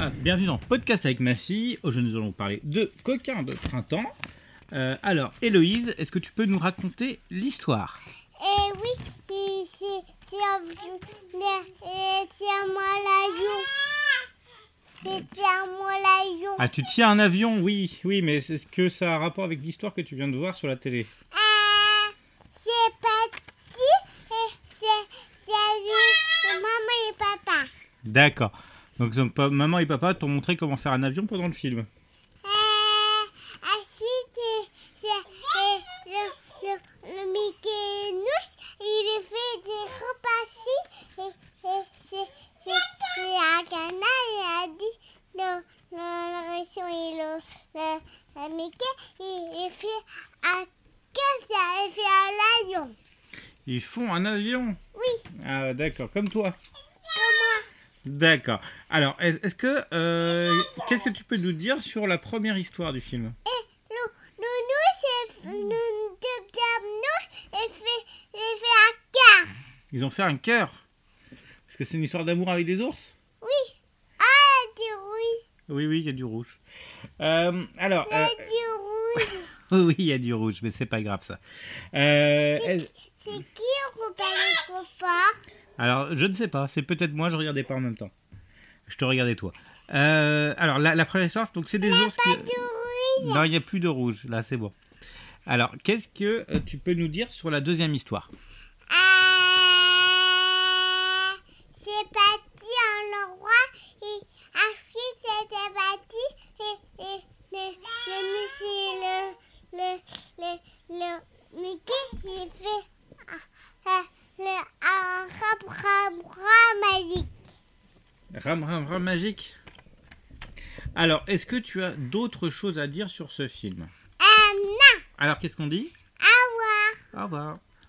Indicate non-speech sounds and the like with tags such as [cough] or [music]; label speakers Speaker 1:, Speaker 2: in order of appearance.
Speaker 1: Ah, bienvenue dans Podcast avec ma fille. Aujourd'hui, nous allons parler de coquins de printemps. Euh, alors, Héloïse, est-ce que tu peux nous raconter l'histoire
Speaker 2: Et Eh oui, si, si, si, on veut- et- et tiens-moi l'avion. Et Tiens-moi l'avion.
Speaker 1: Ah, tu tiens un avion, oui, oui, mais est-ce que ça a un rapport avec l'histoire que tu viens de voir sur la télé
Speaker 2: Ah, c'est parti. Et c'est, c'est lui, et maman et papa.
Speaker 1: D'accord. Donc, donc, pa- maman et papa t'ont montré comment faire un avion pendant le film.
Speaker 2: Ah, ensuite, et c'est, et le, le, le Mickey Mouse, il fait des repassis. Et, et c'est, c'est, c'est un canard, il a dit le, le, le récit, et le, le, le Mickey, il fait un cancer, il fait un lion.
Speaker 1: Ils font un avion
Speaker 2: Oui,
Speaker 1: Ah, d'accord, comme toi.
Speaker 2: comment
Speaker 1: D'accord. Alors, est- est-ce que. euh, Qu'est-ce que tu peux nous dire sur la première histoire du film
Speaker 2: Nous, nous, nous, c'est, nous, nous, nous, il fait, il fait un quart.
Speaker 1: Ils ont fait un cœur Parce que c'est une histoire d'amour avec des ours
Speaker 2: Oui. Ah, du oui.
Speaker 1: Oui, oui, il y a du rouge. Euh, alors,
Speaker 2: Le du
Speaker 1: [laughs]
Speaker 2: rouge.
Speaker 1: euh, oui, il y a du rouge, mais c'est pas grave ça. Euh, est-
Speaker 2: C'est qui Robin trop fort
Speaker 1: alors, je ne sais pas, c'est peut-être moi, je regardais pas en même temps. Je te regardais toi. Euh, alors, la, la première histoire, donc c'est des ours qui.
Speaker 2: Du rouge.
Speaker 1: Non, il n'y a plus de rouge, là, c'est bon. Alors, qu'est-ce que euh, tu peux nous dire sur la deuxième histoire
Speaker 2: Ah, c'est parti en le roi. Et ensuite, c'était parti. Et, et le, le monsieur, le, le, le, le Mickey, il fait ah, ah, le un rap, rap, rap magique.
Speaker 1: Ram, ram, ram magique Alors, est-ce que tu as d'autres choses à dire sur ce film
Speaker 2: Ah, non,
Speaker 1: Alors, qu'est-ce qu'on dit
Speaker 2: à voir.
Speaker 1: Au revoir.